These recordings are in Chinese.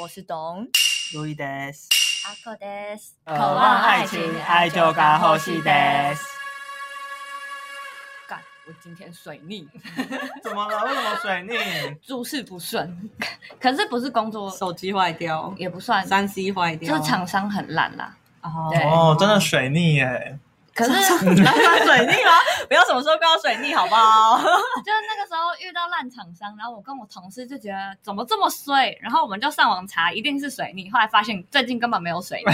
我是董路易德斯，阿克德斯，渴望爱情，爱就该呼吸德。干，我今天水逆，怎么了？为什么水逆？诸事不顺， 可是不是工作手机坏掉，也不算，三 C 坏掉，就厂商很烂啦。对 哦，真的水逆耶！可是然后它水逆吗？ 不要什么时候告水逆好不好？就是那个时候遇到烂厂商，然后我跟我同事就觉得怎么这么衰，然后我们就上网查，一定是水逆。后来发现最近根本没有水 逆。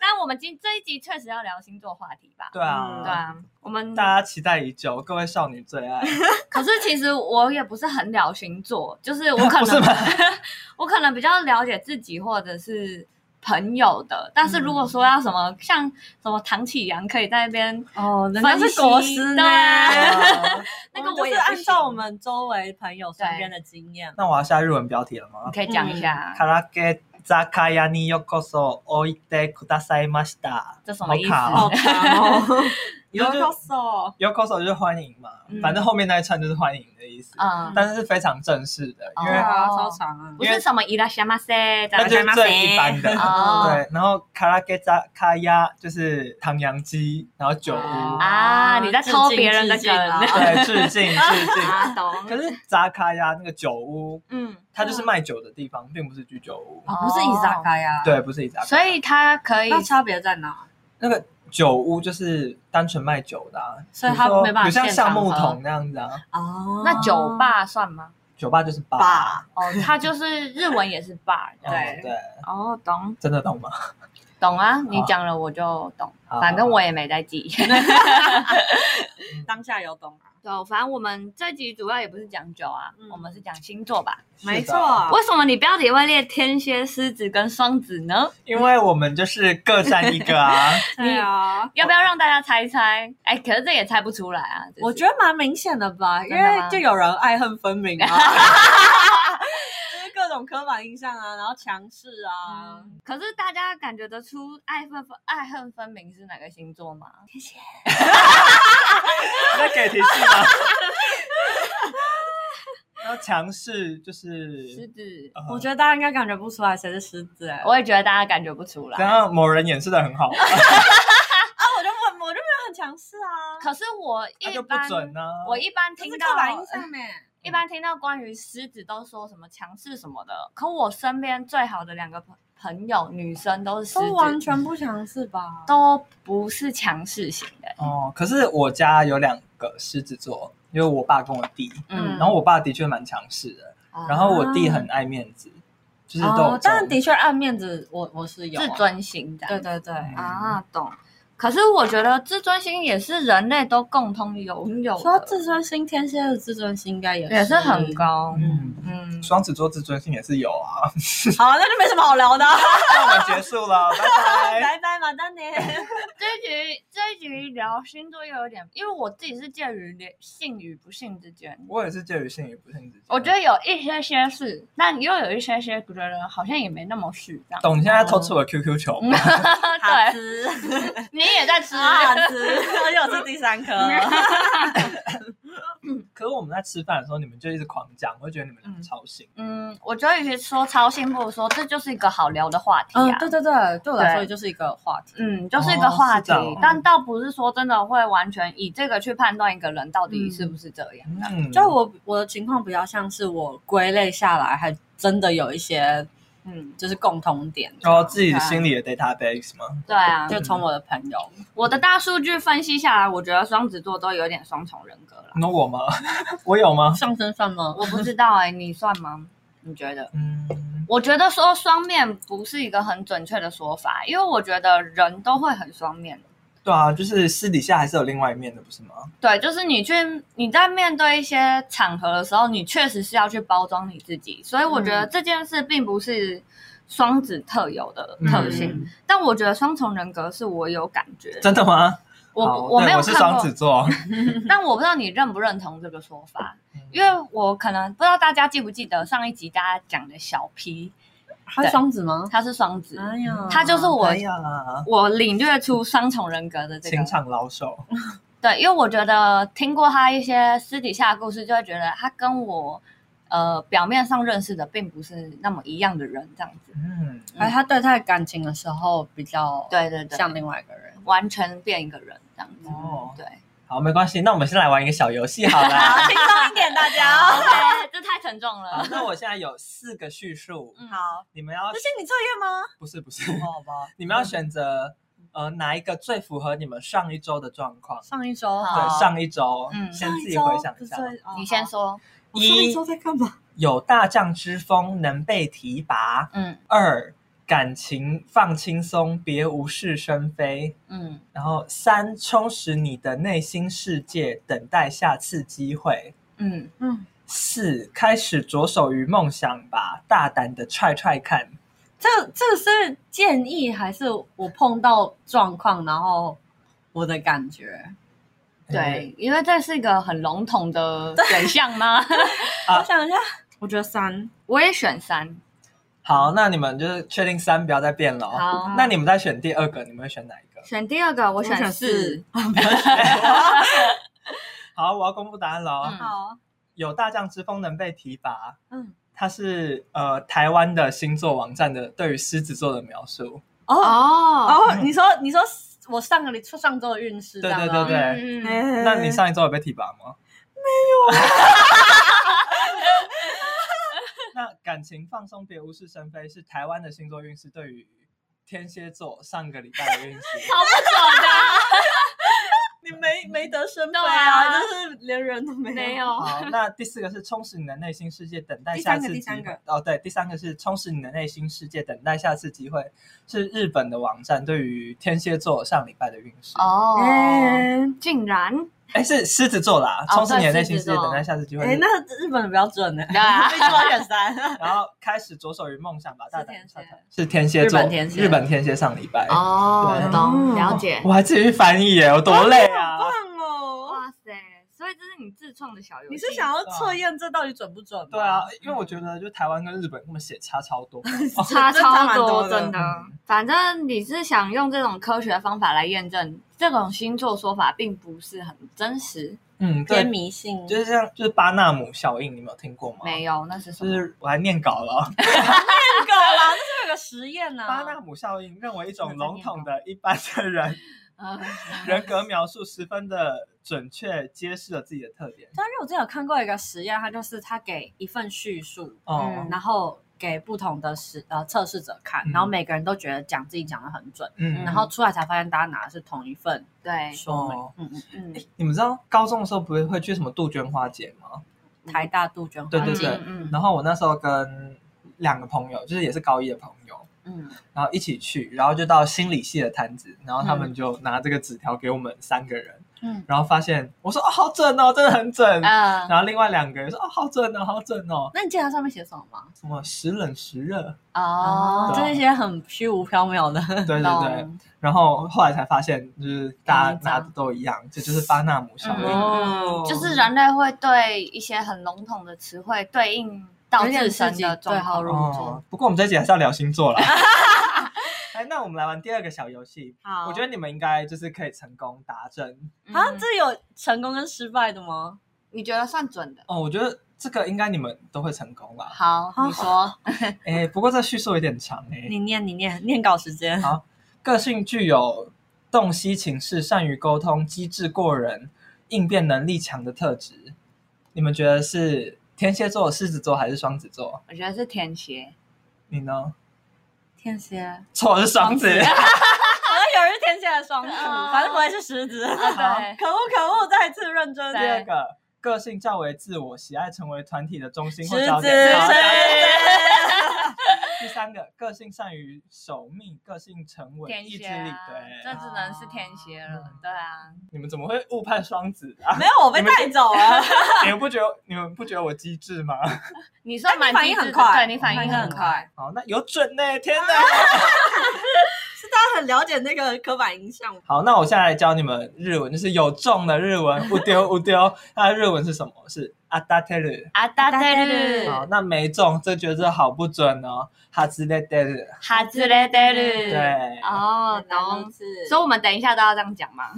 但我们今这一集确实要聊星座话题吧？对啊，嗯对啊，我们大家期待已久，各位少女最爱。 可是其实我也不是很了星座，就是我可 不是能吗 我可能比较了解自己或者是朋友的，但是如果嗯说要什么、像什么唐启阳可以在那边 哦，人家是国师 呢哦那那个个我我也也不行按照我们周围朋友身边的经验，那我要下日文标题了吗 你？可以讲一下、卡拉给扎卡亚尼よこそおいでくださいました。这什么意思？好 卡哦哦，有就是手，よこそ就是欢迎嘛，嗯反正后面那一串就是欢迎的意思，嗯，但是是非常正式的，因对为哦啊，超长啊不，是什么伊拉夏 马塞，那就是最一般的。哦 对，然后卡拉给扎卡亚就是唐扬鸡，然后酒屋，哦啊，你在偷别人的致敬致敬梗。对，致敬致 敬。啊，懂。可是扎卡亚那个酒屋， 嗯，它就是卖酒的地方，并不是居酒屋。哦不是伊萨卡呀，，对，不是一扎。所以他可以那差别在哪？那个酒屋就是单纯卖酒的、啊，所以它比如说没办法比如像现场橡木喝桶那样子啊。哦那酒吧算吗？酒吧就是吧。吧，哦，它就是日文也是 bar 这样。嗯对对，哦，懂真的懂吗？懂啊，你讲了我就懂，好反正我也没在 记。当下有懂啊，对，反正我们这集主要也不是讲酒啊，嗯我们是讲星座吧。是 的没错，为什么你标题会列天蝎、狮子跟双子呢？因为我们就是各占一个啊。 对啊。要不要让大家猜猜？哎，可是这也猜不出来啊。我觉得得蛮明显的吧，因真的吗为就有人爱恨分 明啊，就是各种刻板印象啊，然后强势啊，可是大家感觉得出爱分分爱恨分明是哪个星座吗？在给提示吗？然后强势就狮是，子，呃我觉得大家应该感觉不出来谁是狮子、欸，我也觉得大家感觉不出然来。后某人演示的很好，啊，我就不我就没有很强势啊，可是我他一就不般准呢、啊。我一般这听是到刻板印象呢、一般听到关于狮子都说什么强势什么的，可我身边最好的两个朋朋友，女生都是狮都完子，全不强势吧？都不是强势型的。哦，可是我家有两个狮子座，因为我爸跟我弟，嗯然后我爸的确蛮强势的，啊然后我弟很爱面子，就是都有这种、哦但哦的确按面子，我我是有啊自，尊心的，对对对，啊，懂。可是我觉得自尊心也是人类都共通拥有说到的，自尊心，天蝎的自尊心应该也也是很。高。嗯，嗯，双子座自尊心也是有啊。 好、啊，那就没什么好聊的，那我们结束了，拜拜。拜拜，马 丹尼。这一局这一局聊星座又有点，因为我自己是介于连信与不信之间，我也是介于信与不信之间。我觉得有一些些是，但又有一些些觉得好像也没那么是这样。懂，你现在偷吃我的 QQ 球吗？ 哦哈 对，兹，你也在吃。哈兹， 而且我是第三颗。 可是我们在吃饭的时候，你们就一直狂讲，我就觉得你们嗯很操心。 嗯，我觉得与其说操心，不如说这就是一个好聊的话题嗯啊，。对对对，对我来说对就是一个话题。嗯，就是一个话题，哦是这样但倒不是说真的会完全以这个去判断一个人到底是不是这样。嗯，就我我的情况比较像是我归类下来，还真的有一些嗯，就是共同点。然后哦自己心嗯里的 database 吗？对啊，啊就从我的朋友，我的大数据分析下来，我觉得双子座都有点双重人格了。那我吗？我有吗？上升算吗？我不知道哎、你算吗？你觉得？嗯，我觉得说双面不是一个很准确的说法，因为我觉得人都会很双面。对啊，就是私底下还是有另外一面的，不是吗？对，就是你去你在面对一些场合的时候，你确实是要去包装你自己，所以我觉得嗯这件事并不是双子特有的特性。嗯但我觉得双重人格是我有感觉，真的吗？我好我对没有我是看双过子，座，但我不知道你认不认同这个说法， 因为为我可能不知道大家记不记得上一集大家讲的小 P，他是双子吗？他是双子，嗯哎呀他就是我哎呀，我领略出双重人格的这个情场老手，对，因为我觉得听过他一些私底下的故事，就会觉得他跟我，呃表面上认识的并不是那么一样的人这样子。嗯，而哎他对他的感情的时候比较对对对，像另外一个人。完全变一个人这样子。哦对，好，没关系，那我们先来玩一个小游戏好 了。轻松一点，大家。哦 OK，这哦太沉重好了，。那我现在有四个叙述，嗯，好，你们要这心理测验吗？不是不是，哦，好吧。 你们要选择呃哪一个最符合你们上一周的状况？上一周好对，上一周，嗯先自己回想一下。你先。说。哦我上一一周在干嘛？有大将之风能被提拔，嗯二感情放轻松，别无事生非。嗯，然后三充实你的内心世界，等待下次机会。嗯，嗯，四开始着手于梦想吧，大胆的踹踹看。这这是建议还是我碰到状况，然后我的感觉？哎嗯对，因为这是一个很笼统的选项吗？啊我想一下，我觉得三。我也选三。好，那你们就是确定三不要再变了哦。好那你们再选第二个，你们会选哪一个？选第二个，我选选四四。好，我要公布答案喽。嗯好，有大将之风能被提拔，嗯，它是呃台湾的星座网站的对于狮子座的描述。哦哦，哦，你说你说我上个礼上周的运势，对这样对吗对嗯嗯嗯哎那你上一周有被提拔吗？啊没有。 那感情放松，别无事生非，是台湾的星座运势对于天蝎座上个礼拜的运 势。超不准的，你没没得生非对啊就是连人都没没。有。好，那第四个是充实你的内心世界，等待第下三次个机第三会。哦，对，第三个是充实你的内心世界，等待下次机会，是日本的网站对于天蝎座上礼拜的运势。哦，哎竟 然哎，是狮子座啦，哦充实你的对内心狮世子界，座等待下次机会。哎，那日本的比较准呢，对啊毕竟我选三。然后开始着手于梦想吧，大胆天蝎跳跳是天蝎座，日本天蝎日本天蝎上礼拜，哦对，懂哦了解。我还自己去翻译耶，我多累啊！棒哦！哇塞，所以这是你自创的小游戏。你是想要测验这到底准不准吗？对啊，因为我觉得就台湾跟日本根本写差超多，哦差真的差超蛮多的真的嗯。反正你是想用这种科学方法来验证这种星座说法，并不是很真实。嗯，啊偏对，迷信，就是像就是巴纳姆效应，你们有听过吗？没，有，那是什就么？是 我还念稿了哦。那个 啦，那是有个实验啊呢。巴纳姆效应认为一种真的在笼念统的一般的人哦嗯人格描述十分的准确，揭示了自己的特点。但是我之前有看过一个实验，它就是他给一份叙述，哦，然后给不同的实呃测试者看，嗯然后每个人都觉得讲自己讲的很准，嗯然后出来才发现大家拿的是同一份对，说明哦。嗯嗯，嗯，你们知道高中的时候不是会去什么杜鹃花节吗？台大杜鹃花对对季对嗯然后我那时候跟两个朋友，就是也是高一的朋友，嗯，然后一起去，然后就到心理系的摊子，然后他们就拿这个纸条给我们三个人，嗯啊然后发现我说哦好准哦，真的很准，嗯，然后另外两个人说哦好准哦，好准哦，那你记得它上面写什么吗？什么时冷 时热，哦，这是一些很虚无缥缈的。对对对，懂然后后来才发现就是大家嗯拿的都一样，这就是巴纳姆效应，哦就是人类会对一些很笼统的词汇对应到有点自身自己的状对号况入哦，不过我们这一集还是要聊 星座啦。哎，那我们来玩第二个小游戏，好我觉得你们应该就是可以成功达阵。啊啊，，这有成功跟失败的吗？你觉得算准的？哦，我觉得这个应该你们都会成功啦。好，好你说，哎，不过这叙述有点长哎、你念，你念，念稿时间。好个性具有洞悉情势、善于沟通、机智过人、应变能力强的特质。你们觉得是天蝎座、狮子座还是双子座？我觉得是天蝎，你呢？ 天蝎，好错是双子。双像有人是天蝎的双子，啊反正不会是狮子。啊对可恶可恶，再一次认真。 第二对个，个性较为自我，喜爱成为团体的中心狮或子，焦狮点。好下一个子。第三个，个性善于守密，个性沉稳，天意志蝎力啊，这对。只能是天蝎了嗯，对啊，你们怎么会误判双子啊？没有，我被带走了。 你们不觉得你们不觉得我机智吗？啊你说但你蛮反应机智很的快对你反应很反应很快快。 好，那有准呢、天 哪！是大家很了解那个刻板印象。好， 那我现在来教你们日文，就是有中的日文，不丢不丢。那日文是什么？是啊阿达特鲁。阿达德好，鲁，那没中，这觉得好不准哦。哈兹列德鲁，哈兹雷德鲁，对，哦，懂。是所以我们等一下都要这样讲嘛。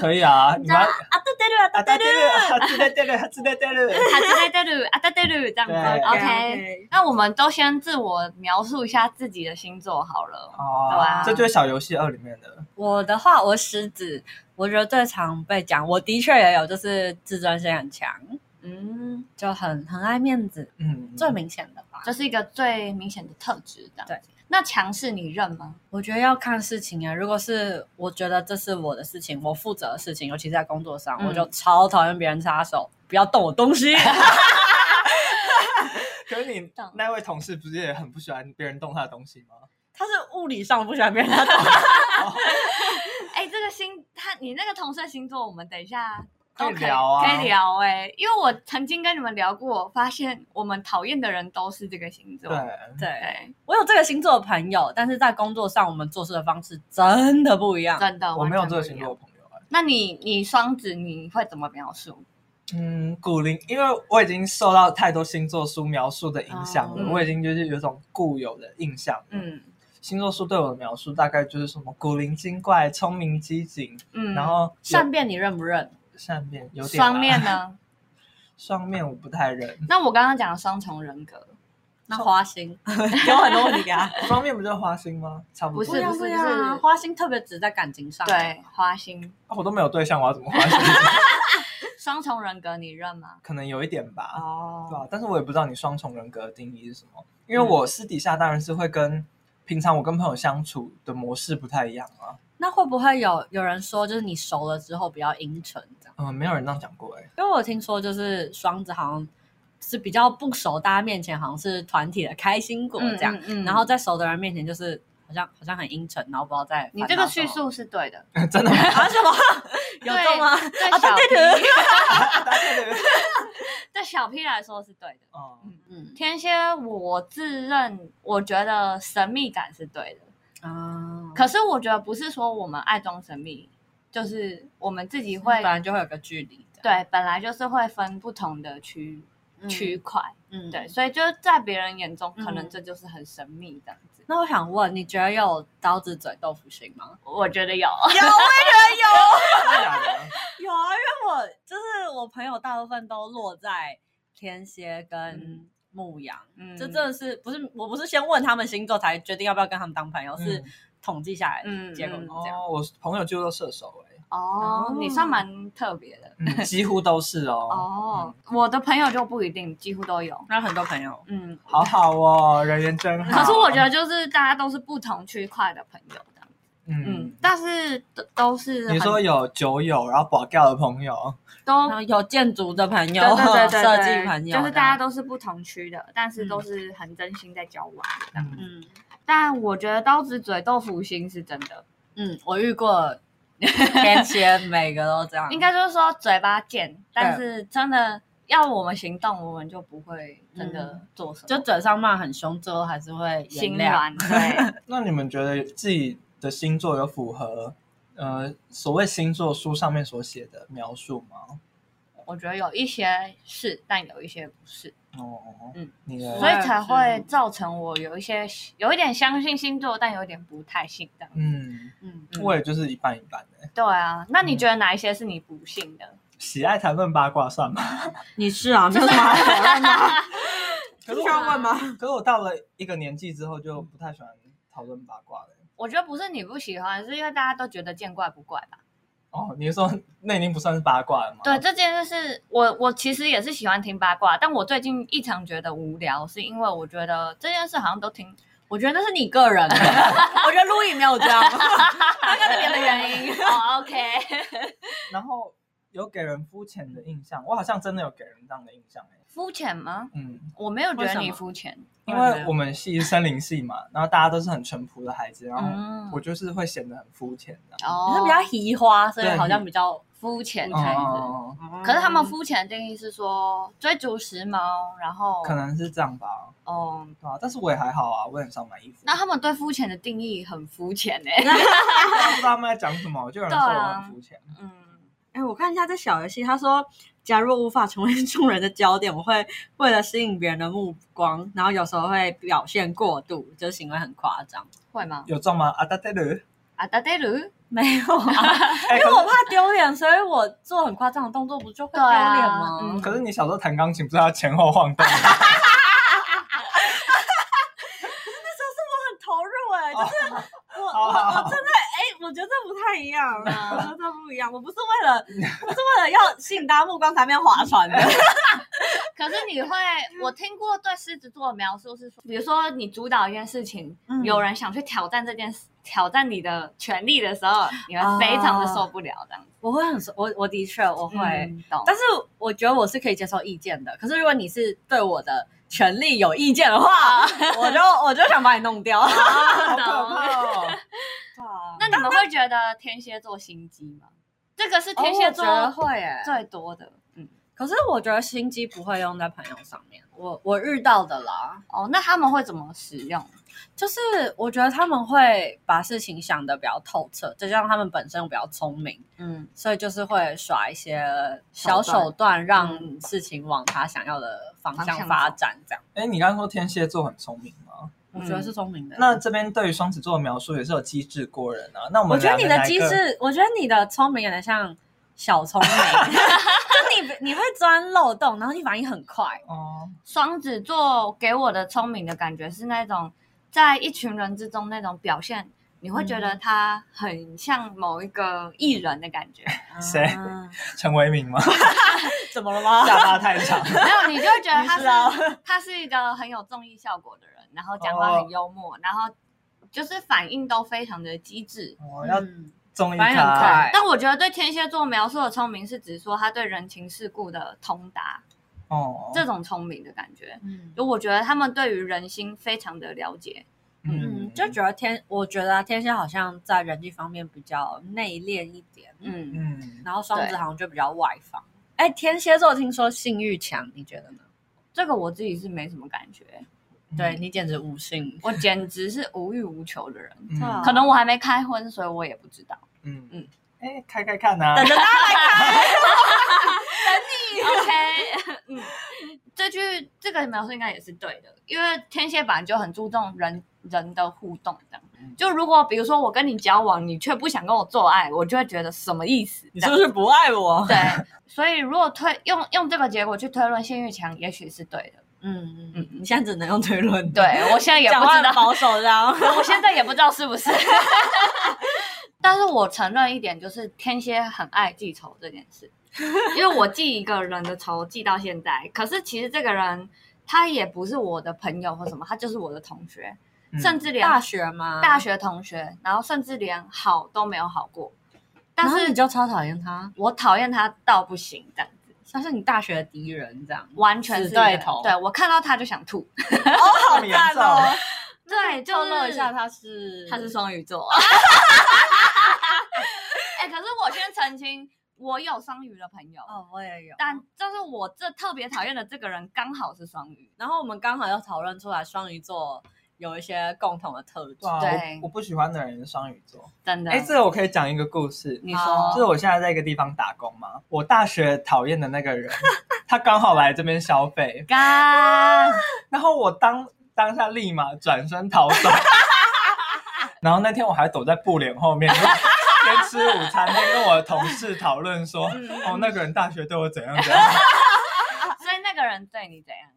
可以啊，你们要阿达德鲁，阿阿达达德特鲁，鲁，哈兹列德鲁，哈兹列德鲁。 哈兹雷德啊鲁，阿达德鲁，这样子。对 OK，那我们都先自我描述一下自己的星座好了。对哦啊，这就是小游戏二里面的。我的话，我狮子，我觉得最常被讲，我的确也有，就是自尊心很强，嗯，就很很爱面子，嗯，最明显的吧。这是一个最明显的特质，这样子。对那强势你认吗？我觉得要看事情啊，如果是我觉得这是我的事情，我负责的事情，尤其在工作上，嗯我就超讨厌别人插手，不要动我东西。 可是你懂那位同事不是也很不喜欢别人动他的东西吗？他是物理上不喜欢别人插手，哎，这个星，他你那个同事的星座，我们等一下都可可以以聊啊，可以。聊哎、因为我曾经跟你们聊过，我发现我们讨厌的人都是这个星座。对， 对对，我有这个星座的朋友，但是在工作上我们做事的方式真的不一样。真的，我没有这个完全星不一样座的。朋友啊。那你你双子你会怎么描述？嗯，古灵，因为我已经受到太多星座书描述的影响了，哦我已经就是有一种固有的印象。嗯，嗯星座书对我的描述大概就是什么古灵精怪、聪明机警，嗯，然后有善变，你认不认？善变，有点啦双面，呢？双面我不太认， 那我刚刚讲的双重人格 那花心 有很多问题给他。双面不就是花心吗？差不多，不是啊不是啊不是花心特别指在感情上。，对花心，啊我都没有对象，我要怎么 花心？双重人格你认吗？可能有一点吧。对哦，嗯啊，但是我也不知道你双重人格的定义是什么，因为我私底下当然是会跟平常我跟朋友相处的模式不太一样啊。那会不会有有人说，就是你熟了之后比较阴沉这样？嗯，没有人这样讲过哎、因为我听说，就是双子好像是比较不熟，大家面前好像是团体的开心果这样，嗯然后在熟的人面前就是好像好像很阴沉，然后不知道在你这个叙述是对的， 真的吗？啊什么有对中吗？ 对啊小对 P 哦大家对对对小 P 来说是对的。嗯，嗯天蝎，我自认我觉得神秘感是对的，啊，可是我觉得不是说我们爱装神秘，就是我们自己会本来就会有个距离的。对，本来就是会分不同的区区块，嗯对，。所以就是在别人眼中，可能嗯这就是很神秘这样子。那我想问，你觉得有刀子嘴豆腐心吗？嗯我觉得有，啊有，我也有。真的假的？有啊，因为我就是我朋友大部分都落在天蝎跟嗯牧羊，嗯，这真的是不是我不是先问他们星座才决定要不要跟他们当朋友，是嗯统计下来嗯的结果是这样。哦，我朋友就都射手哎、哦，你算蛮特别的嗯，几乎都是哦。哦。我的朋友就不一定，几乎都有，那很多朋友，嗯。好好哦，人缘真好。可是我觉，得就是大家都是不同区块的朋友这样，嗯嗯，，但是都都是很你说有酒友，然后保钓的朋友，都然后有建筑的朋友，对对对对设对计朋友，嗯就是大家都都是不同区的，但是都是很真心在交往这样。嗯，嗯但我觉得刀子嘴豆腐心是真的，嗯，我遇 过天蝎，每个都这样，应该就是说嘴巴贱，但是真的要我们行动，我们就不会真的做什么，嗯就嘴上骂很凶，最后还是会原心谅。软。 对，那你们觉得自己的星座有符合呃所谓星座书上面所写的描述吗？我觉得有一些是，但有一些不是，哦，嗯，你所的，以才会造成我有一些有一点相信星座，但有一点不太信这样。嗯，嗯，嗯我也就是一半一半哎、对啊，那你觉得哪一些是你不信的？喜爱谈论八卦算吗？你是啊，没有什 么好讨论的 啊。可是我要问吗？ 可是我到了一个年纪之后，就不太喜欢讨论八卦了、我觉得不是你不喜欢，是因为大家都觉得见怪不怪吧。哦，你是说那已经不算是八卦了吗？对，，这件事是我我其实也是喜欢听八卦，但我最近异常觉得无聊，是因为我觉得这件事好像都听，我觉得那是你个人， 我觉得路易没有这哦样，大概是别的原因。哦，OK，然后有给人肤浅的印象，我好像真的有给人这样的印象哎、 肤浅吗？嗯，我没有觉为得什你么肤浅，因我也没为有我们系是森林系嘛，然后大家都是很淳朴的孩子，然后嗯，我就是会显得很肤浅的。你是哦，比较移花，所以对好像比较。肤浅嗯这样子。嗯，嗯嗯哦可是他们肤浅的定义是说追逐时髦，然后可能是这样吧，哦，对啊，但是我也还好啊，我也很少买衣服。那他们对肤浅的定义很肤浅哎。不知道他们在讲什么，就有人说我很肤浅。嗯，哎，我看一下这小游戏，他说假若无法成为众人的焦点，我会为了吸引别人的目光，然后有时候会表现过度，就是行为很夸张。会吗？有中吗？阿达德鲁，啊，达德鲁，没有啊，哎、因为可我是怕丢脸，所以我做很夸张的动作，不就会丢脸吗？对啊嗯可是你小时候弹钢琴不是要前后晃动吗？ 很投入哎、就是我、好我好我好真的哎、我觉得这不太一样，我觉 得这不一样，我不是为了 不是为了要吸引大家目光才变划船的，可是 你会，我听过对狮子座的描述是说，比如说你主导一件事情，嗯有人想去挑战这件事，挑战你的权利的时候，你会非常的啊受不了这样子。我会很我我的确我会，嗯，懂。嗯但是我觉得我是可以接受意见的，可是如果你是对我的权利有意见的 话，我就我就想把你弄 掉。哦好啊可懂。怕哦！那你们会觉得天蝎座心机吗？这个是天蝎座哦我觉得会哎、最多的。嗯，可是我觉得心机不会用在朋友上面，我我遇到的啦，哦，那他们会怎么使用？就是我觉得他们会把事情想得比较透彻，再加上他们本身比较聪明，嗯，所以就是会耍一些小手手段，让事情往他想要的方向发展。这样，哎、你刚刚说天蝎座很聪明吗？我觉得是聪明的。那这边对于双子座的描述也是有机智过人啊。那我们我觉得你的两个机哪一个智，我觉得你的聪明有点像小聪明，就你你会钻漏洞，然后你反应很快。哦，双子座给我的聪明的感觉是那种在一群人之中那种表现，你会嗯觉得他很像某一个艺人的感觉，谁啊陈为民吗？ 怎么了吗？下巴太长。 没有，你就会觉得你他是是啊他是一个很有综艺效果的人，然后讲话很幽默，然后就是反应都非常的机智。我哦要嗯综艺反应很咖快但我觉得对天蝎座描述的聪明是指说他对人情世故的通达，哦，这种聪明的感觉。嗯就我觉得他们对于人心非常的了解，嗯，就觉得天，我觉得天蝎好像在人际方面比较内敛一点，嗯，嗯，嗯，然后双子对好像就比较外放。哎，天蝎座听说性欲强，你觉得呢？这个我自己是没什么感觉，嗯对你简直无性，我简直是无欲无求的人，嗯啊可能我还没开荤，所以我也不知道。嗯嗯嗯，哎，开开看呐，等着他来看。 OK，嗯，这句这个描述应该也是对的，因为天蝎本来就很注重人人的互动，这样嗯。就如果比如说我跟你交往，你却不想跟我做爱，我就会觉得什么 意思？你是不是不爱我？对，所以如果推用用这个结果去推论性欲强，也许是对的。嗯嗯嗯嗯，你现在只能用推论。对，我现在也讲不话知很道，保守这样。 我现在也不知道是不是。 但是我承认一点，就是天蝎很爱记仇这件事，因为我记一个人的仇记到现在，可是其实这个人他也不是我的朋友或什么，他就是我的同学，嗯甚至连大学吗？大，学同学，然后甚至连好都没有好过。但但是你是就超讨厌他，我讨厌他到不行，这样子他是你大学的敌人这样。完全是死对头对我看到他就想吐。好严赞重，哦！对，就透是露一下，他是他是双鱼座。 哎、可是我先澄清，我有双鱼的朋友，哦，我也有。但就是我这特别讨厌的这个人刚好是双鱼。然后我们刚好又讨论出来双鱼座有一些共同的特质对。啊对我我不喜欢的人是双鱼座。真的。哎，这个我可以讲一个故事。你好就是说，我现在在一个地方打工嘛，我大学讨厌的那个人，他刚好来这边消费，干，然后我当当下立马转身逃走。 然后那天我还躲在布帘后面，就边吃午餐边跟我的同事讨论说，哦，那个人大学对我怎样怎样。所以那个人对你怎样？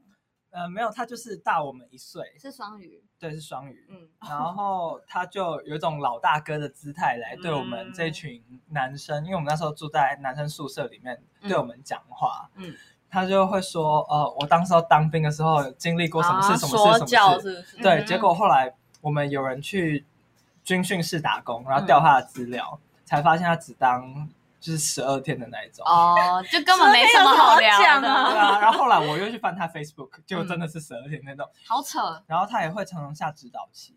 呃，没有，他就是大我们一岁，是双鱼，对，是双鱼。嗯，然后他就有一种老大哥的姿态来对我们嗯这群男生，因为我们那时候住在男生宿舍里面，嗯对我们讲话，嗯他就会说，呃，我当时候当兵的时候经历过什么事，啊什说么事，什教么事，是不是？对，嗯结果后来我们有人去军训室打工，嗯然后调他的资料，才发现他只当就是十二天的那一种。哦，就根本没什么好聊这有什么好讲的，对啊啊，然后后来我又去翻他 Facebook，就嗯真的是十二天那种。好扯。然后他也会常常下指导棋，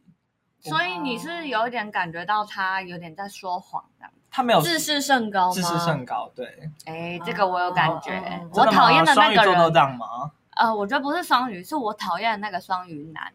所以你是有一点感觉到他有点在说谎这样子。他没有自视甚高吗？自视甚高，对。哎，这个我有感觉哦哦哦。我真的吗讨厌的那双鱼个座都人这，样吗？。呃，我觉得不是双鱼，是我讨厌的那个双鱼男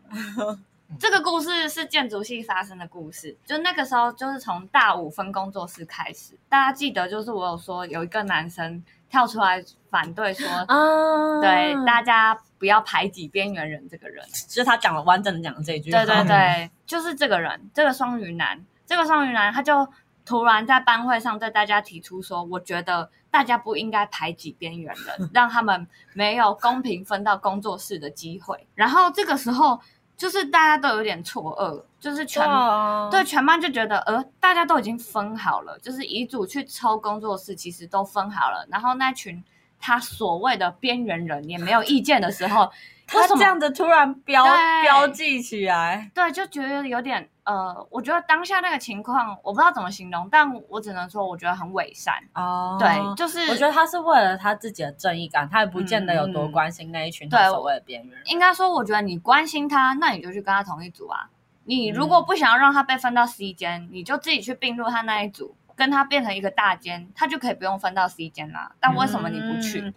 这个故事是建筑系发生的故事，就那个时候就是从大五分工作室开始。大家记得，就是我有说有一个男生，跳出来反对说，啊对大家不要排挤边缘人这个人。就是他讲了完整的讲了这一句，对对嗯对，就是这个人，这个双鱼男，这个双鱼男，他就突然在班会上对大家提出说，我觉得大家不应该排挤边缘人，让他们没有公平分到工作室的机会。然后这个时候，就是大家都有点错愕，就是全。啊，对，全班就觉得，呃，大家都已经分好了，就是遗嘱去抽工作室，其实都分好了。然后那群他所谓的边缘人也没有意见的时候，为他什这么样子突然标对标记起来，对，就觉得有点呃，我觉得当下那个情况，我不知道怎么形容，但我只能说，我觉得很伪善。哦对，就是我觉得他是嗯为了他自己的正义感，他也不见得有多关心那一群他对所谓的边缘人。应该说，我觉得你关心他，那你就去跟他同一组啊。你如嗯果不想要让他被分到 C 间，你就自己去并入他那一组，跟他变成一个大间，他就可以不用分到 C 间啦。但为什么你不去？嗯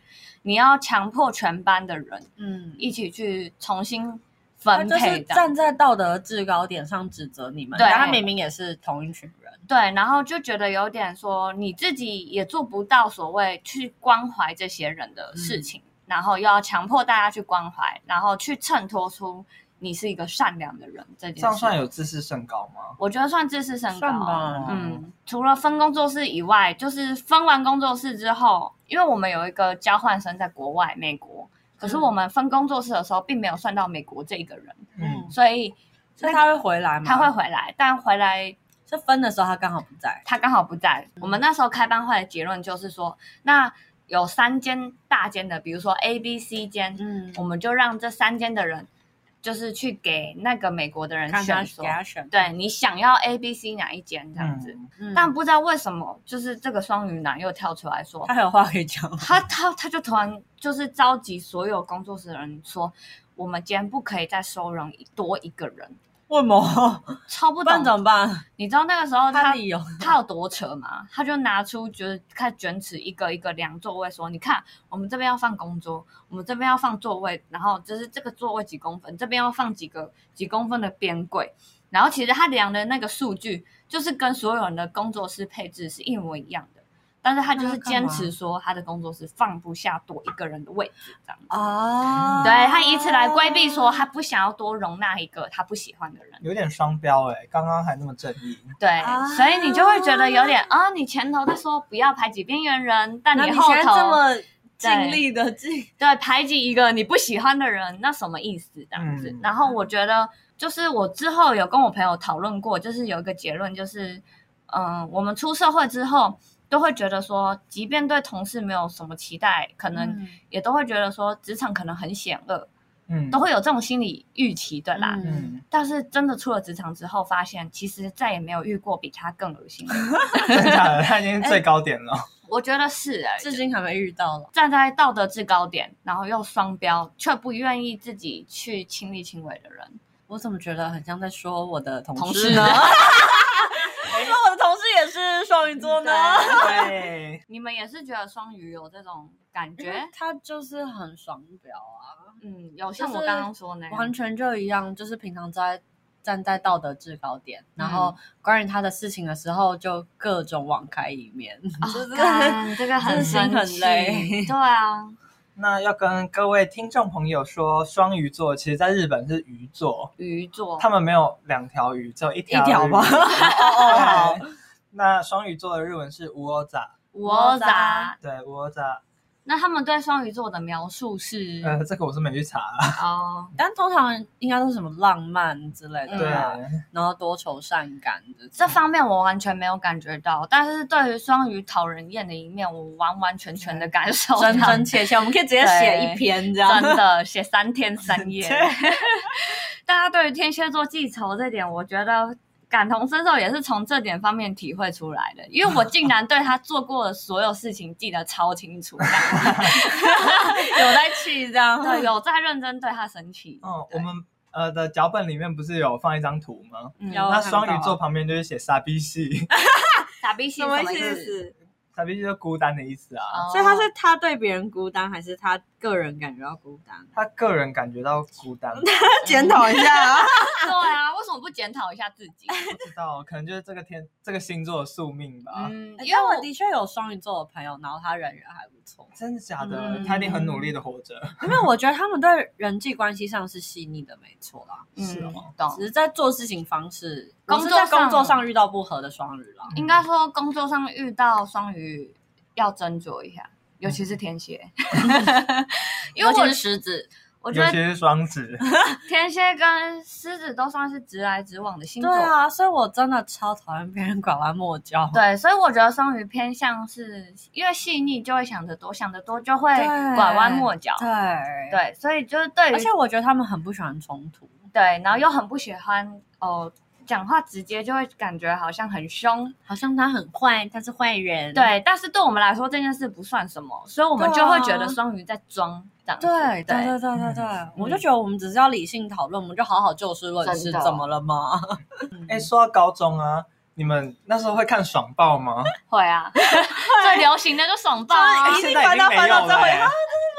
你要强迫全班的人嗯，一起去重新他分就是配的，站在道德制高点上指责你们，对但他明明也是同一群人。对，然后就觉得有点说你自己也做不到所谓去关怀这些人的嗯事情，然后又要强迫大家去关怀，然后去衬托出你是一个善良的人这这件样事。算有自视甚高吗？我觉得算自视甚算高。吧嗯，除了分工作室以外，就是分完工作室之后，因为我们有一个交换生在国外美国，可是嗯我们分工作室的时候并没有算到美国这一个人，嗯，所以所以他会回来吗？他会回来，但回来是分的时候他刚好不在，他刚好不在。我们那时候开班会的结论就是说，那有三间大间的，比如说 A、B、C 间，嗯我们就让这三间的人，就是去给那个美国的人看他啊选给说，他选，对你想要 A、B、C 哪一间这样子。嗯，嗯但不知道为什么，就是这个双鱼男又跳出来说，他还有话可以讲。他他他就突然就是召集所有工作室的人说，我们今天不可以再收容多一个人，为毛？超不不然怎懂。么办？你知道那个时候他他哦理由他有多扯嘛？他就拿出就是开始卷尺一个一个量座位，说：“你看，我们这边要放工桌，我们这边要放座位，然后就是这个座位几公分，这边要放几个几公分的边柜。”然后其实他量的那个数据就是跟所有人的工作室配置是一模一样的，但是他就是坚持说他的工作室放不下多一个人的位置这样子。啊对他以此来规避说他不想要多容纳一个他不喜欢的人。有点双标哎、刚刚还那么正义，对，啊所以你就会觉得有点啊，你前头在说不要排挤边缘人，但那你你后现在头这么尽力的尽，对排挤一个你不喜欢的人，那什么意思这样子？嗯然后我觉得，就是我之后有跟我朋友讨论过，就是有一个结论，就是嗯、我们出社会之后。都会觉得说，即便对同事没有什么期待，可能嗯也都会觉得说，职场可能很险恶，嗯都会有这种心理预期，对啦。嗯嗯，但是真的出了职场之后，发现其实再也没有遇过比他更恶心的人真假的，他已经是最高 点了，我觉得是、欸，至今还没遇到了。站在道德制高点，然后又双标，却不愿意自己去亲力亲为的人，我怎么觉得很像在说我的同同事事呢 呢？？说我的同事也是双鱼座呢？哎 对，你们也是觉得双鱼有这种感因为觉？他就是很爽表啊，嗯，有像就我是刚刚说那完样，全就一样，就是平常在站在道德制高点，然后关于他的事情的时候，就各种网开一面，哦干这个很真心生很气累对啊，那要跟各位听众朋友说，双鱼座其实在日本是鱼座，鱼座，他们没有两条鱼，只有一一条鱼 条吧。哦 对哦，那双鱼座的日文是乌欧扎，我咋？对，乌欧扎，那他们对双鱼座的描述是、呃，嗯这个我是没去查啊。哦， 但通常应该都是什么浪漫之类的嗯对吧，然后多愁善感的这方面我完全没有感觉到，但是对于双鱼讨人厌的一面，我完完全全的感受到。真真切切，我们可以直接写一篇这样。真的写三天三 夜对。大家对于天蝎座记仇这点，我觉得感同身受也是从这点方面体会出来的。因为我竟然对他做过的所有事情记得超清楚， 有在气这样。对，有在认真对他生气。嗯，我们呃的脚本里面不是有放一张图吗？嗯有那双鱼啊座旁边就是写傻逼系， 傻逼心什么么意意思？思？傻逼系就是孤单的意思啊。哦所以他是他对别人孤单，还是他个人感觉到孤单？他个人感觉到孤单， 检讨一下啊！对啊，为什么不检讨一下自己。不知道，可能就是这个天这个星座的宿命吧。嗯， 因因为为我哎我的确有双鱼座的朋友，然后他人缘还不错，真的假的？嗯他一定很努力的活着。因为我觉得他们对人际关系上是细腻的，没错啦。是嗯哦懂只，是在做事情方式，工我作是上在工作上遇到不合的双鱼啦。应该说工作上遇到双鱼要斟酌一下，尤其是天蝎，嗯 因为尤我其是狮子，我觉尤其得是双子，天蝎跟狮子都算是直来直往的星对座。啊，所以我真的超讨厌别人拐弯抹角。对，所以我觉得双鱼偏向是因为细腻，就会想得多，想得多就会对拐弯抹角。对对，对，所以就是对于而且我觉得他们很不喜欢冲突。对，然后又很不喜欢哦，讲话直接就会感觉好像很凶。好像他很坏，他是坏人。对，但是对我们来说这件事不算什么，所以我们对就会啊觉得双鱼在装这样子。对对对对对对对，我就觉得我们只是要理性讨论，我们就好好就事论事，嗯真的怎么了吗？嗯哎、说到高中啊，你们那时候会看爽爆吗？哎会啊，最流行的就爽爆啊！就是真一定现在翻已经到没翻到有最了、后一欸。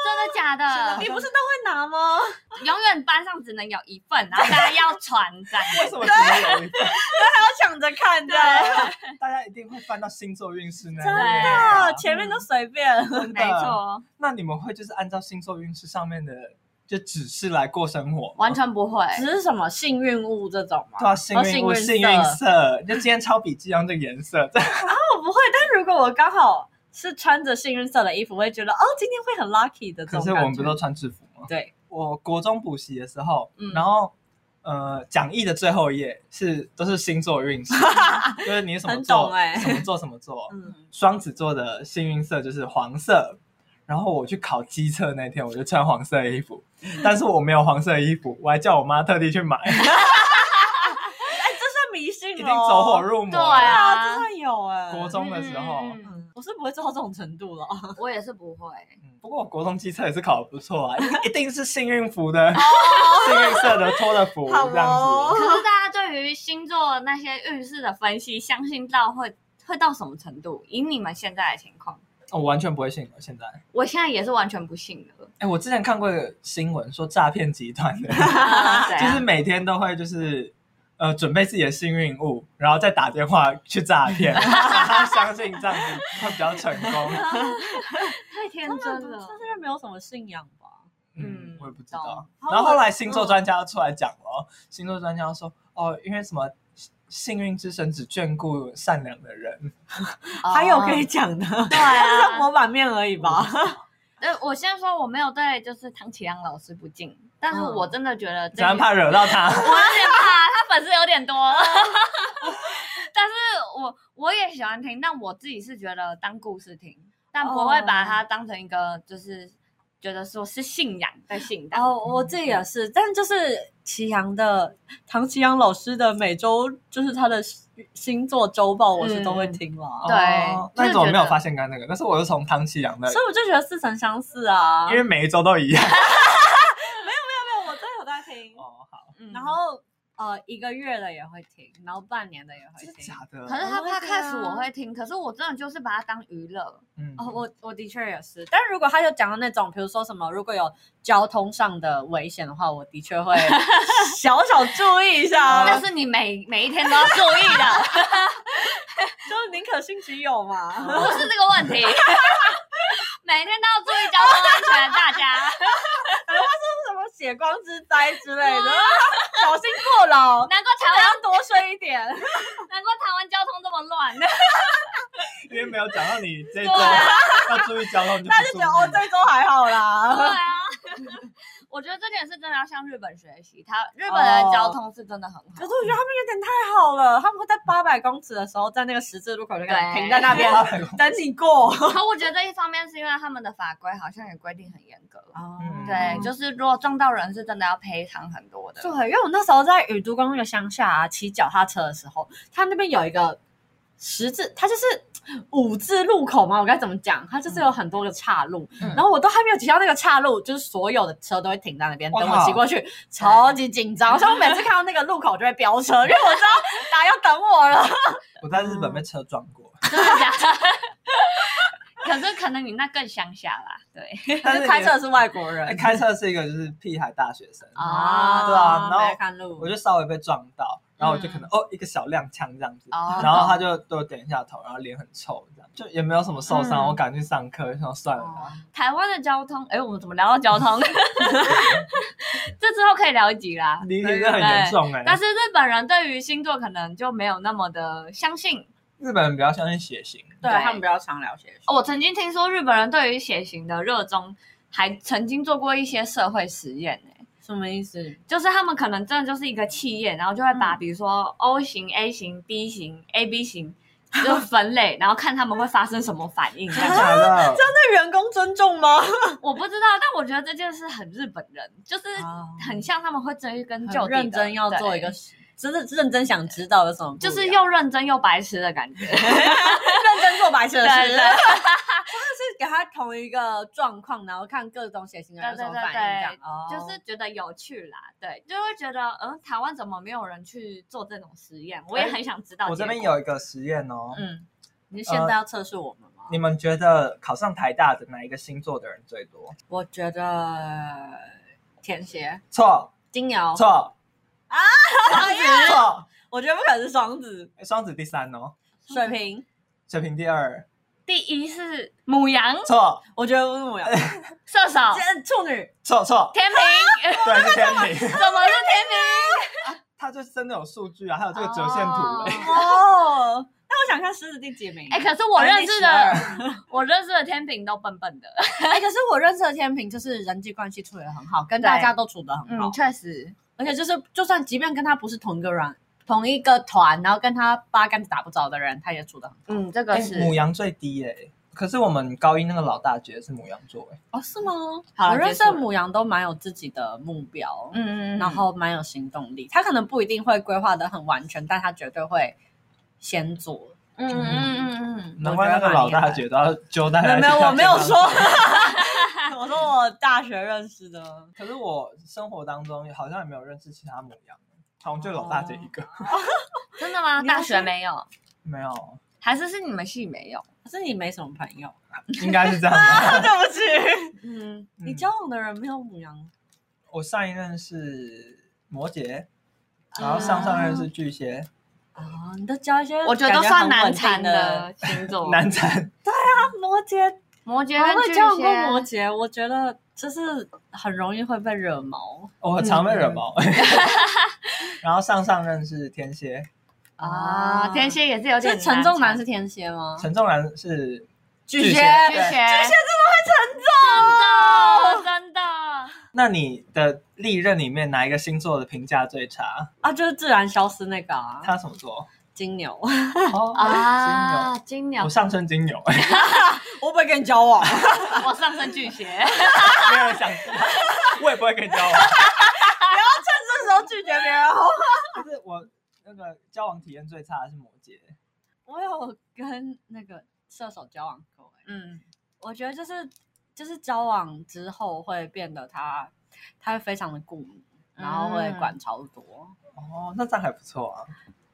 的假的你？不是都会拿吗？永远班上只能有一份，然后大家要传这样。为什么只能 有一份？要抢着看的，大家一定会翻到星座运势那真一页的，啊前面都随便。真的没。错，那你们会就是按照星座运势上面的就指示来过生活吗？完全不会。只是什么幸运物这种吗？对啊，幸哦运我幸色运色，就今天抄笔记用这个颜色， 我哦不会，但如果我刚好是穿着幸运色的衣服，我会觉得哦，今天会很 lucky 的这可种是感觉。我们不都穿制服吗？对，我国中补习的时候，嗯然后呃，讲义的最后一页是都是星 座运势，就是你什么很座懂，欸什么座什么座，嗯，双子座的幸运色就是黄色。然后我去考机测那天，我就穿黄色衣服，但是我没有黄色衣服，我还叫我妈特地去 买，哎，这算迷信已了，经走火入魔对对了。啊，这算有哎。国中的时候，嗯嗯，我是不会做到这种程度了。我也是不会。嗯不过我国中机测也是考的不错啊，一定是幸运符的，幸运色的托的福好哦这样 可子。是大家对于星座那些运势的分析，相信到会会到什么程度？以你们现在的情况，我完全不会信了，现在。我现在也是完全不信 了。哎，我之前看过一个新闻，说诈骗集团的，对就啊是每天都会就是呃准备自己的幸运物，然后再打电话去诈骗，让他相信这样子会比较成功。嗯太天他真们了他。是没有什么信仰吧？嗯嗯，我也不知道。懂然后后来星座专家出来讲了哦，星座专家说哦，因为什么幸运之神只眷顾善良的人，还有可哦以讲的，对啊这 模板面而已吧。呃，我先说我没有对就是唐启阳老师不敬，但是嗯我真的觉得这只要怕惹到他。我有点怕，他粉丝有点多。 但是我我也喜欢听，但我自己是觉得当故事听，但不会把它当成一个就是觉得说是信仰哦在信然仰。后哦我自己也是，但就是祁阳的唐祁阳老师的每周就是他的星座周报，我是都会听啦，对哦那你就是怎觉么得没有发现刚刚那个？但是我是从唐启阳那里所，以我就觉得似曾相识啊。呃因为每一周都一样。没有，我真的有在听，哦，好，嗯然后呃一个月的也会听，然后半年的也会真的听。假的？可是他我会怕这样 cast 我会听，可是我真的就是把它当娱乐。嗯哦，我我的确也是，但如果他有讲到那种，比如说什么，如果有交通上的危险的话，我的确 会小小注意一哦下，啊那是你每每一天都要注意的，就是宁可信其有嘛。哦不是这个问题。 每天都要注意交通安全，大家。 什么血光之灾之类的，啊小心过劳，难怪台还湾，要多睡一 点。难怪台湾交通这么乱。因为没有讲到你这一周对啊要注意交通，你大家就不觉得哦，注意这周还好对啦。啊， 我觉得这点是真的要向日本学习，他日本的交通是真的很好。 可是我觉得他们有点太好了，他们会在八百公尺的时候，在那个十字路口就给你对停在那边等你过。然后我觉得一方面是因为他们的法规好像也规定很严格，啊哦嗯对，就是如果撞到人是真的要赔偿很多的。对，因为我那时候在宇都公路的乡下啊，骑脚踏车的时候，它那边有一个十字，它就是五字路口嘛，我该怎么讲？它就是有很多个岔路，嗯然后我都还没有骑到那个岔路，就是所有的车都会停在那边哇等我骑过去，超级紧张。所以我每次看到那个路口就会飙车，因为我知道 大家要等我了。我在日本被车撞过，真的假的？ 可是可能你那更乡下啦，对，但就是开车你的是外国人哎开车是一个就是屁孩大学生，哦啊对啊然后没看路，我就稍微被撞到，然后我就可能、哦一个小踉跄这样子，哦然后他就对我点一下头，然后脸很臭这样，就也没有什么受伤，嗯哦我赶去上课，想说算了啦，台湾的交通，哎，我们怎么聊到交通？ 这之后可以聊一集啦。离题真的很严重哎、但是日本人对于星座可能就没有那么的相信。日本人比较相信血型，对对他们比较常聊些什么。哦我曾经听说日本人对于血型的热衷，还曾经做过一些社会实验呢、什么意思？就是他们可能真的就是一个气焰，然后就会把嗯比如说 O 型、A 型、B 型、AB 型就分类， 然后看他们会发生什么反应。真的假的？对员工尊重吗？我不知道，但我觉得这件事很日本人，就是啊很像他们会追根就究底的，哦认真要做一个对，，真的认真想知道有什么不一就样，哦是又认真又白痴的感觉。认真做白痴的对 事，对他是给他同一个状况，然后看各种血型的人有什么反应，这样对对对哦，就是觉得有趣啦，对，就会觉得，嗯，台湾怎么没有人去做这种实验？我哎也很想知道。我这边，有一个实验哦，嗯，你现在要测试我们吗？你们觉得考上台大的哪一个星座的人最多？我觉得天蝎、错金牛，错双子，错，我觉得不可能是双子、双子第三哦，水瓶，水瓶第二，第一是母羊、错我觉得不是 母羊，啊射手、这处女，错 错，天平，对，是天平，怎么是天平？他就是真的有数据啊，还有这个折线图哎、哦哦，那我想看狮子第几名？哎、可是我认识好像第的，12我认识的天平都笨笨的。 哎，可是我认识的天平就是人际关系处理的很好，跟对大家都处得很好，嗯确实，而且就是就算即便跟他不是同一个人、同一个团，然后跟他八竿子打不着的人，他也处得很好。嗯，这个哎是、母羊最低哎、可是我们高一那个老大姐是母羊座哎、哦，是吗？好了我认识结的束了母羊都蛮有自己的目标，嗯，嗯嗯，然后蛮有行动力。他可能不一定会规划的很完全，但他绝对会先做。嗯嗯嗯嗯嗯，难怪那个老大姐都要揪大没 家。有没有，我没有 说。。我说我大学认识的，可是我生活当中好像也没有认识其他母羊，好像就老大姐一哦个，真的吗？你要大学没有，没有，还是是你们系没有？可是你没什么朋友。 应该是这样吧。啊对不起，嗯，嗯你交往的人没有母羊，我上一任是摩羯，然后上上任是巨蟹，啊，你都交一些我觉得都感算很稳难定缠的。的星哦 座，难缠。啊摩羯，摩羯我跟会巨交往过摩蟹，羯，我觉得就是很容易会被惹毛我常被惹毛。嗯 然后上上任是天蝎，啊，天，蝎也是有这点陈仲南南是天蝎吗？陈仲南是巨蟹巨蟹，啊对巨蟹真的会沉重，真的。那你的历任里面哪一个星座的评价最差？啊，就是自然消失那个啊，他什么座？金牛， 哦，金啊，金牛。牛我，上升金牛， 我不会跟你交往，我上升巨蟹，没有人想知道，我也不会跟你交往。这时候拒绝别人哦。可是我那个交往体验最差的是摩羯，我有跟那个射手交往过、欸，嗯，我觉得就是就是交往之后会变得他他会非常的顾你，然后会嗯管超多。哦，那这样还不错啊。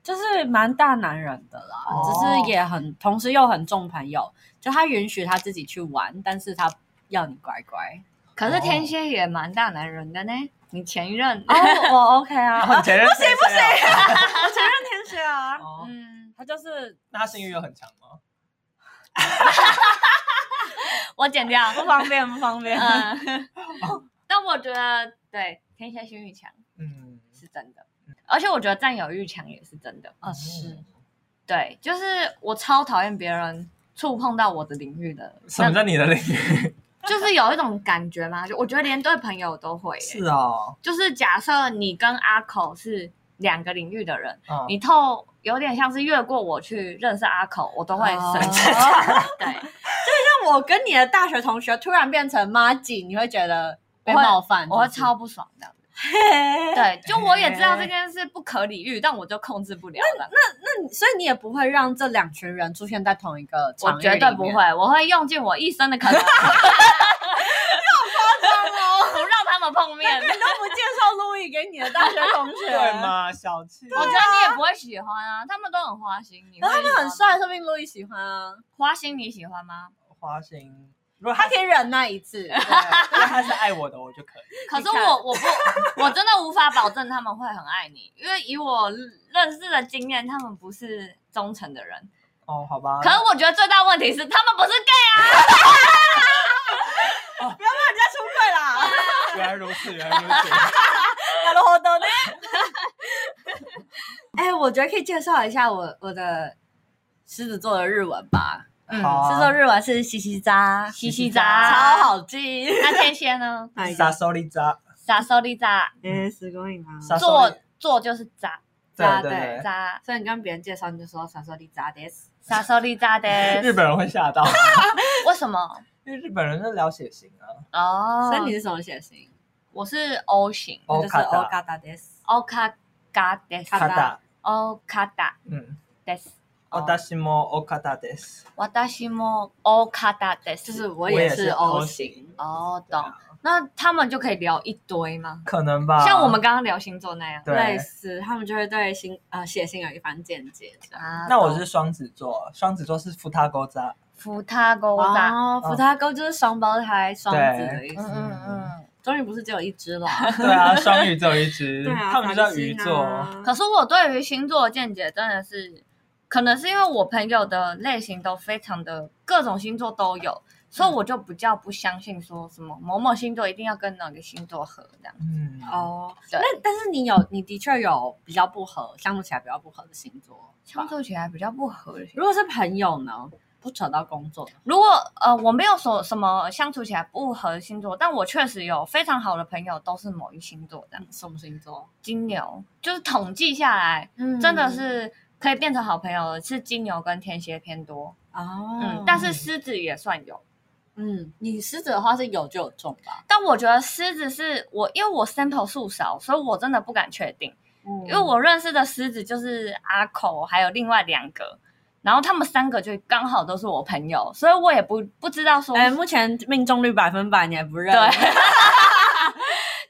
就是蛮大男人的啦，哦只是也很，同时又很重朋友，就他允许他自己去玩，但是他要你乖乖。可是天蝎也蛮大男人的呢。你前一任，哦，我 OK 啊，然后我你前任不行不行，承认天蝎啊， 哦嗯，他就是那他性欲又很强吗？我剪掉，不 方便，不方便。嗯，但我觉得对天蝎性欲强嗯，是真的，而且我觉得占有欲强也是真的。啊，是，对，就是我超讨厌别人触碰到我的领域的，什么叫你的领域？那就是有一种感觉嘛，就我觉得连对朋友都会耶、是哦，就是假设你跟阿口是两个领域的人，嗯你透有点像是越过我去认识阿口，我都会生气。哦 对，那我跟你的大学同学突然变成妈姐，你会觉得被冒犯？我会是不是 超不爽的。嘿对，就我也知道这件事不可理喻，但我就控制不了了。那你所以你也不会让这两群人出现在同一个场我域绝对不里会面，我会用尽我一生的可能， 哦不 让他们碰面。你都不介绍路易给你的大学同学， 对？嘛，小气。我觉得你也不会喜欢啊，他们都很花心，你会然后他们很喜欢吗帅，，说不定路易喜欢啊。花心你喜欢吗？花心，如果他他可以忍那一 次，如果他是爱我的，我就可以。可是你看我我不我真的无法保证他们会很爱你，因为以我认识的经验，他们不是忠诚的人。哦，好吧。可是我觉得最大问题是他们不是 gay 不要让人家出柜啦，原来如此，原来如 此。那都好多呢。 哎、我觉得可以介绍一下我我的狮子座的日文吧，嗯，好啊狮子座日文是西西哎渣，西西西渣渣，超好记。那天蝎呢？沙索利扎，傻手里渣，えー、すごいな。沙索做利，做就是渣对扎对渣，所以你跟别人介绍，你就说闪烁力渣です。傻手里渣对，的。日本人会吓到，为什么？因为日本人是聊血型啊。哦，所以你是什么血型？我是 O 型那就是哦 Okada O 嘎达 des。 ，O 卡嘎です卡卡达达， ，O 卡达嗯，です。哦私もお卡达です。私も O 卡达です。就是我我也也是是 O O 型型。哦，对懂。啊那他们就可以聊一堆吗？可能吧。像我们刚刚聊星座那样对类似，他们就会对星呃血型有一番见解。啊那我是双子座，双子座是福他勾扎，福他勾扎，哦，嗯伏他沟就是双胞胎双子的意嗯思。嗯嗯。终于不是只有一只了。 对啊，双鱼只有一只，对啊，他们就叫繁鱼星座。啊可是我对于星座的见解真的是，可能是因为我朋友的类型都非常的各种星座都有，所以我就比较不相信说什么某某星座一定要跟哪个星座合这样。嗯，哦，对那但是你有，你的确有比较不合，相处起来比较不合的星座。相处起来比较不合的星如果是朋友呢，不扯到工作的话，如果呃我没有所什么相处起来不合的星座，但我确实有非常好的朋友都是某一星座这样。什么星座？金牛就是统计下来，嗯真的是可以变成好朋友的是金牛跟天蝎偏多，哦，嗯，但是狮子也算有，嗯，你狮子的话是有就有中吧，但我觉得狮子是我，因为我 sample 数少，所以我真的不敢确定，因因为我认识的狮子就是阿口，还有另外两个，然后他们三个就刚好都是我朋友，所以我也不不知道说，哎、目前命中率百分百，你还不认？哎对。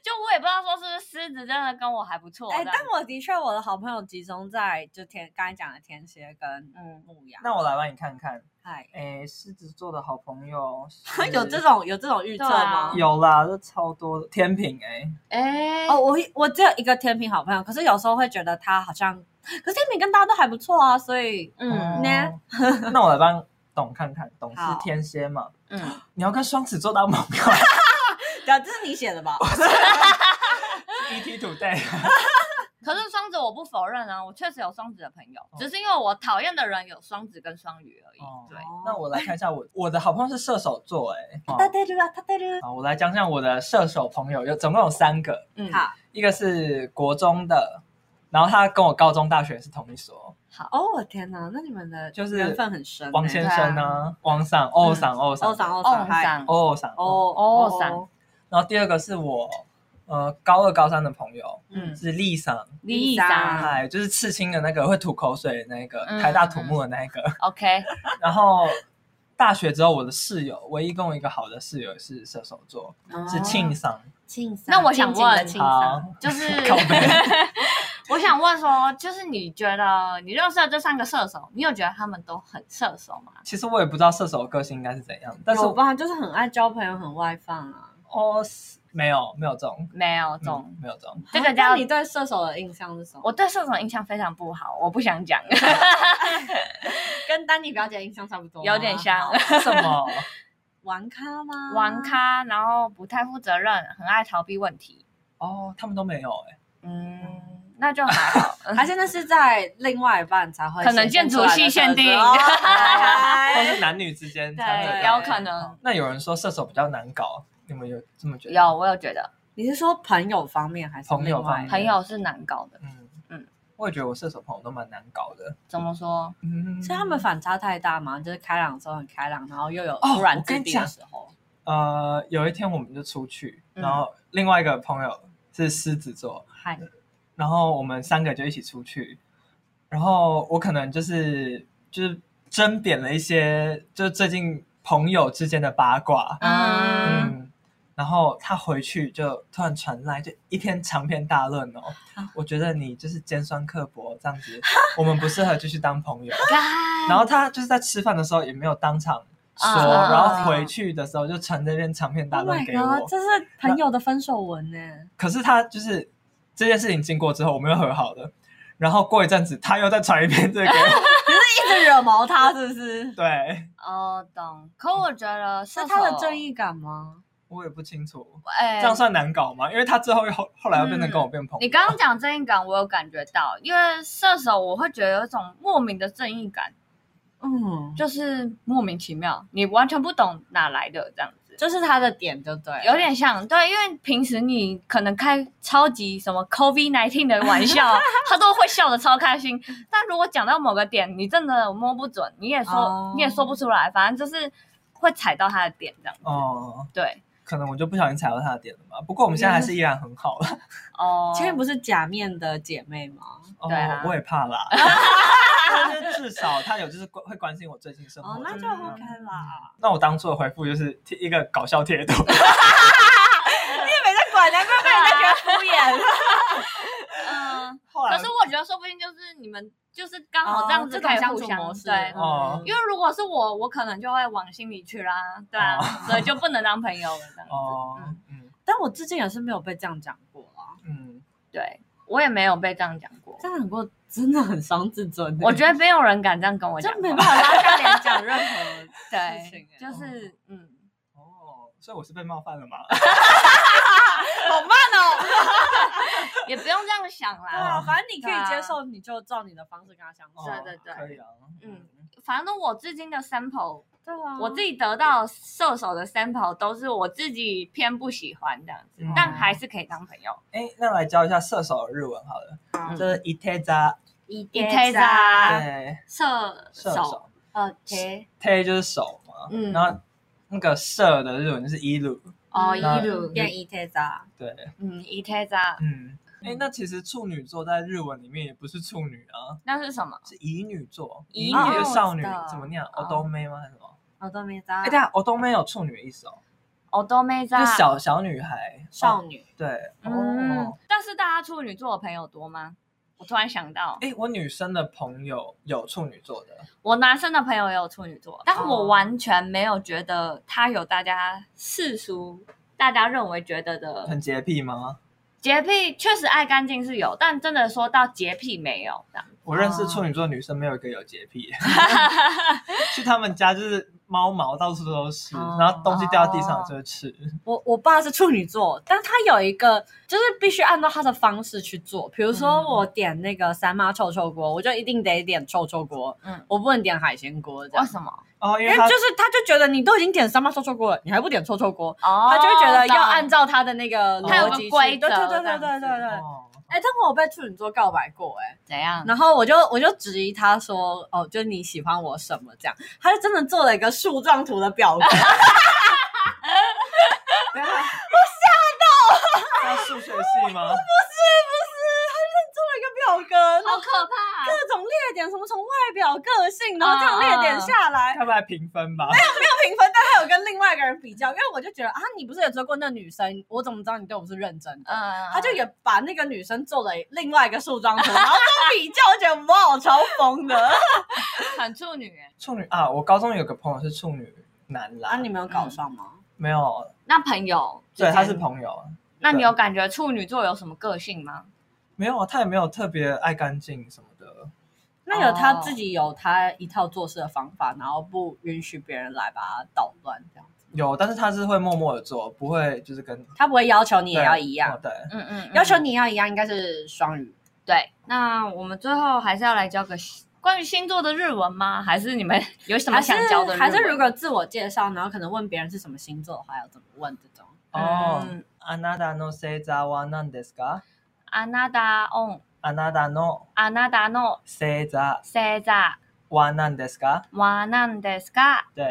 就我也不知道说是不是狮子真的跟 我还不错，哎、这样但我的确我的好朋友集中在就天刚才讲的天蝎跟嗯，牧羊，那我来帮你看看，嗨， 哎，狮子座的好朋友有这是种有这种预测吗？对啊有啦，这超多天平哎，哎、哦，我我只有一个天平好朋友，可是有时候会觉得他好像，可是天平跟大家都还不错啊，所以嗯呢哦 那我来帮董看看，董是好天蝎嘛，嗯，你要跟双子座当朋友 对啊，这是你写的吧？哦 ，ET E Today，可是双子我不否认啊，我确实有双子的朋友，哦只是因为我讨厌的人有双子跟双鱼而已。哦对，那我来看一下我我的好朋友是射手座哎，哦他对了，他对了，好，我来讲讲我的射手朋友，有总共有三个，嗯，好一个是国中的，然后他跟我高中、大学是同一所，哦，我天哪，那你们的就是缘分很深、欸，王先生呢、王赏、哦赏、哦赏、欧赏欧哦赏嗨，上哦赏，哦哦赏然后第二个是我呃高二、高三的朋友，嗯是丽赏，李啊莎嗯哎，就是刺青的那个，会吐口水的那个，嗯台大土木的那一个， ，OK， 然后。大学之后，我的室友唯一跟我一个好的室友是射手座，是庆赏。哦庆那我想问庆好赏，，就是靠背 我想问说，就是你觉得你认识的这三个射手，你有觉得他们都很射手吗？其实我也不知道射手的个性应该是怎样，但但是是我爸就是很爱交朋友，很外放 啊。哦，是没有没有这种，没有嗯这种，没有这种。这个啊那叫你对射手的印象是什么？我对射手印象非常不好，我不想讲，跟丹妮表姐印象差不多吗，啊有点像好为什么？玩咖吗？玩，咖，然后不太负责任，很爱逃避问题。 哦，他们都没有哎、嗯，那就还好。 还是那是在另外一半才会可能建筑系限定显现 出来或的特质哦是男女之间才会对，这样有可能那有人说射手比较难搞，你们有这么觉得？有，我有觉得你是说朋友方面还是朋友另外方面朋友是难搞的。嗯嗯嗯，我也觉得我射手朋友都蛮难搞的。怎么说？嗯，所以他们反差太大嘛，就是开朗的时候很开朗，然后又有哦突然自闭的时候。呃，有一天我们就出去，嗯然后另外一个朋友是狮子座，嗨，然后我们三个就一起出去，然后我可能就是就是甄别了一些，就是最近朋友之间的八卦，嗯嗯，然后他回去就突然传来，就一篇长篇大论哦。啊我觉得你就是尖酸刻薄这样子，我们不适合继续当朋友。然后他就是在吃饭的时候也没有当场说，啊然后回去的时候就传这篇长篇大 Oh 论 my 给我 god，。这是朋友的分手文呢。可是他就是这件事情经过之后，我们又和好了。然后过一阵子，他又再传一遍这个给 我。一直惹毛他是不是？ 对，哦，懂。可我觉得射是手他的正，义感吗？我也不清楚，哎、这样算难搞吗？因为他之后又后后来又变成嗯跟我变朋友。你刚刚讲正义感，我有感觉到，因为射手我会觉得有一种莫名的正义感，嗯，就是莫名其妙，你完全不懂哪来的这样子。就是他的点，就对了。有点像，对，因为平时你可能开超级什么 COVID nineteen 的玩 笑，他都会笑得超开心。但如果讲到某个点，你真的摸不准，你也说、哦你也说不出来，反正就是会踩到他的点这样。哦，对，可能我就不小心踩到他的点了吧。不过我们现在还是依然很好 了。哦，前面不是假面的姐妹吗？哦对啊，我也怕 啦。但是至少他有就是关会关心我最近哦生活。哦那就 OK 啦。那我当初的回复就是贴一个搞笑 贴图， 你也没在管，难怪被人家觉得敷衍。嗯、后来可是我觉得说不定就是你们就是刚好这样子哦这种可以相互处相、模式嗯对。哦因为如果是我，我可能就会往心里去啦，对哦啊，所以就不能当朋友了这样子。哦嗯，嗯但我之前也是没有被这样讲过啊，嗯，对我也没有被这样讲过，这样讲过真的很伤自尊欸。我觉得没有人敢这样跟我讲话，真没办法拉下脸 讲任何事对情，欸，就是 嗯，哦，所以我是被冒 犯了吗？好慢哦。哦 也不用这样想对啦。啊，反正你可以接受，你就照你的方式跟他相处。对对对哦可以啊，嗯反正我至今的 sample，对啊哦我自己得到射手的 sample 都是我自己偏不喜欢这样子嗯，但还是可以当朋友。哎，那来教一下射手的日文好了，嗯好就是伊贴扎，一你推扎对，射射啊手手， ，OK，贴就是手嘛，嗯然后那个射的日文就是伊鲁，哦，那一路，变嗯一贴渣，对，嗯，一推扎，嗯，哎，那其实处女座在日文里面也不是处女啊，那是什么？是乙女座，乙乙女女就少女我知道怎么念？哦欧东妹吗？还是什么？我哦都没渣哎，对啊，欧东妹有处女的意思哦，哦，都没扎就，小小女孩，少哦女。对，嗯哦。，但是大家处女座的朋友多吗？我突然想到，哎，我女生的朋友有处女座的，我男生的朋友也有处女座，但哦我完全没有觉得他有大家世俗大家认为觉得的很洁癖吗？洁癖。确实爱干净是有，但真的说到洁癖没有这样。我认识处女座女生没有一个有洁癖，去他们家就是猫毛到处都是，哦然后东西掉到地上就会吃。我我爸是处女座，但他有一个就是必须按照他的方式去做。比如说嗯我点那个三妈臭臭锅，我就一定得点臭臭锅，嗯，我不能点海鲜锅这为样。什么？哦，因因为为他就是他就觉得你都已经点三妈臭臭锅了，你还不点臭臭锅，哦他就会觉得要按照他的那个他有逻个辑去。规则对对对对这样对子对对。哦哎、但我有被处女座告白过哎、怎样？然后我就我就质疑他说，哦，就你喜欢我什么这样，他就真的做了一个树状图的 表格，等一下他啊数学系吗？做了一个表格，然好后可怕、啊！各种列点，什么从外表、个性，然后这样列点下来， 要不然评分吧？不评分，但他有跟另外一个人比较，因为我就觉得啊，你不是也追过那女生，我怎么知道你对我是认真的？嗯，他就也把那个女生做了另外一个树状图，然后就比较，我觉得哇，我超疯的。很处女耶。处女啊，我高中有个朋友是处女男啦， 啊，你们有搞上吗？没有？那朋友，对，他是。朋友，那你有感觉处女座有什么个性吗？没有，他也没有特别爱干净什么的。那有他自己有他一套做事的方法，然后不允许别人来把他捣乱这样子。有，但是他是会默默的做，不会就是跟他不会要求你也对要一样哦，对，嗯嗯，嗯要求你要一样应该是双鱼。对。那我们最后还是要来教个关于星座的日文吗？还是你们 有什么想教的日文还是还是如果自我介绍，然后可能问别人是什么星座的话，要怎么问这种？哦嗯あなたの星座は何ですか？あなた on あなたのあなたの星座星座は何ですか？は何ですか？对，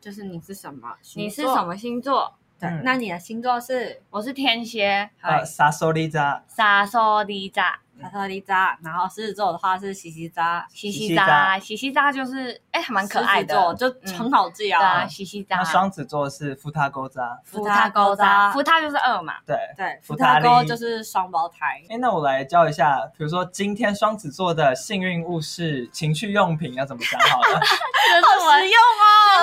就是你是什么？你是什？么星座？对，嗯那你的星座是？我是天蝎，哎呃，嗨，サソリ座，沙索利座。塔特利扎，然后狮子座的话是西西扎，西西西扎扎，西西扎就是哎还蛮可爱的，狮子座就很好记对啊，嗯啊。西西扎那。双子座是富他勾扎，伏他勾扎，伏伏他就是二嘛，对。对，福福塔塔利沟就是双胞胎。哎，那我来教一下，比如说今天双子座的幸运物是情趣用品，要怎么讲好了？ 这是我好实用这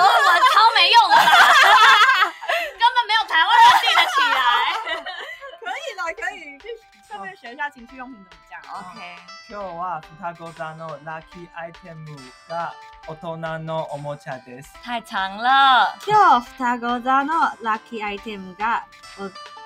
哦！论文超没用的啦，根本没有台湾人记得起来。可以了，可以去顺便学一下情趣用品怎么讲啊。 OK，今日はフタゴザのラッキーアイテムが大人のおもちゃです。 太长了，今日福塔沟ザのラッキーアイテムが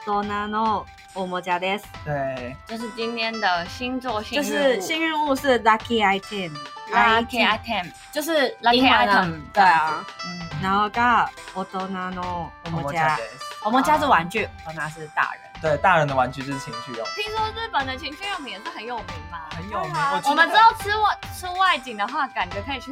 大人のおもちゃです。对，就是今天的星座幸就运是幸运物是 lucky item， lucky item，就是 lucky 英文的 item，对啊。嗯，然后が大人のおおももちちゃゃで，我们家是玩具，我那是大人。す。对，大人的玩具就是情趣用品，听说日本的情趣用品也是很有名嘛。很有名。对啊觉得我们之后吃外吃外景的话，感觉可以去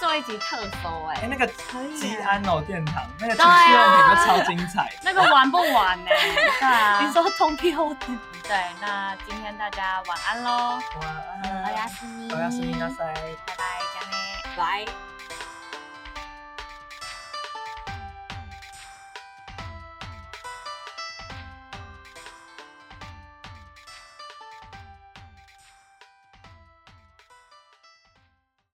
做一集特搜哎、哎，那个可以吉耶安哦殿堂那个情对趣用品啊就超精彩。那个玩不完呢、对啊，你说通屁股的对，那今天大家晚安喽，晚おや安，すみ，おやすみなさい。拜拜，加内。来。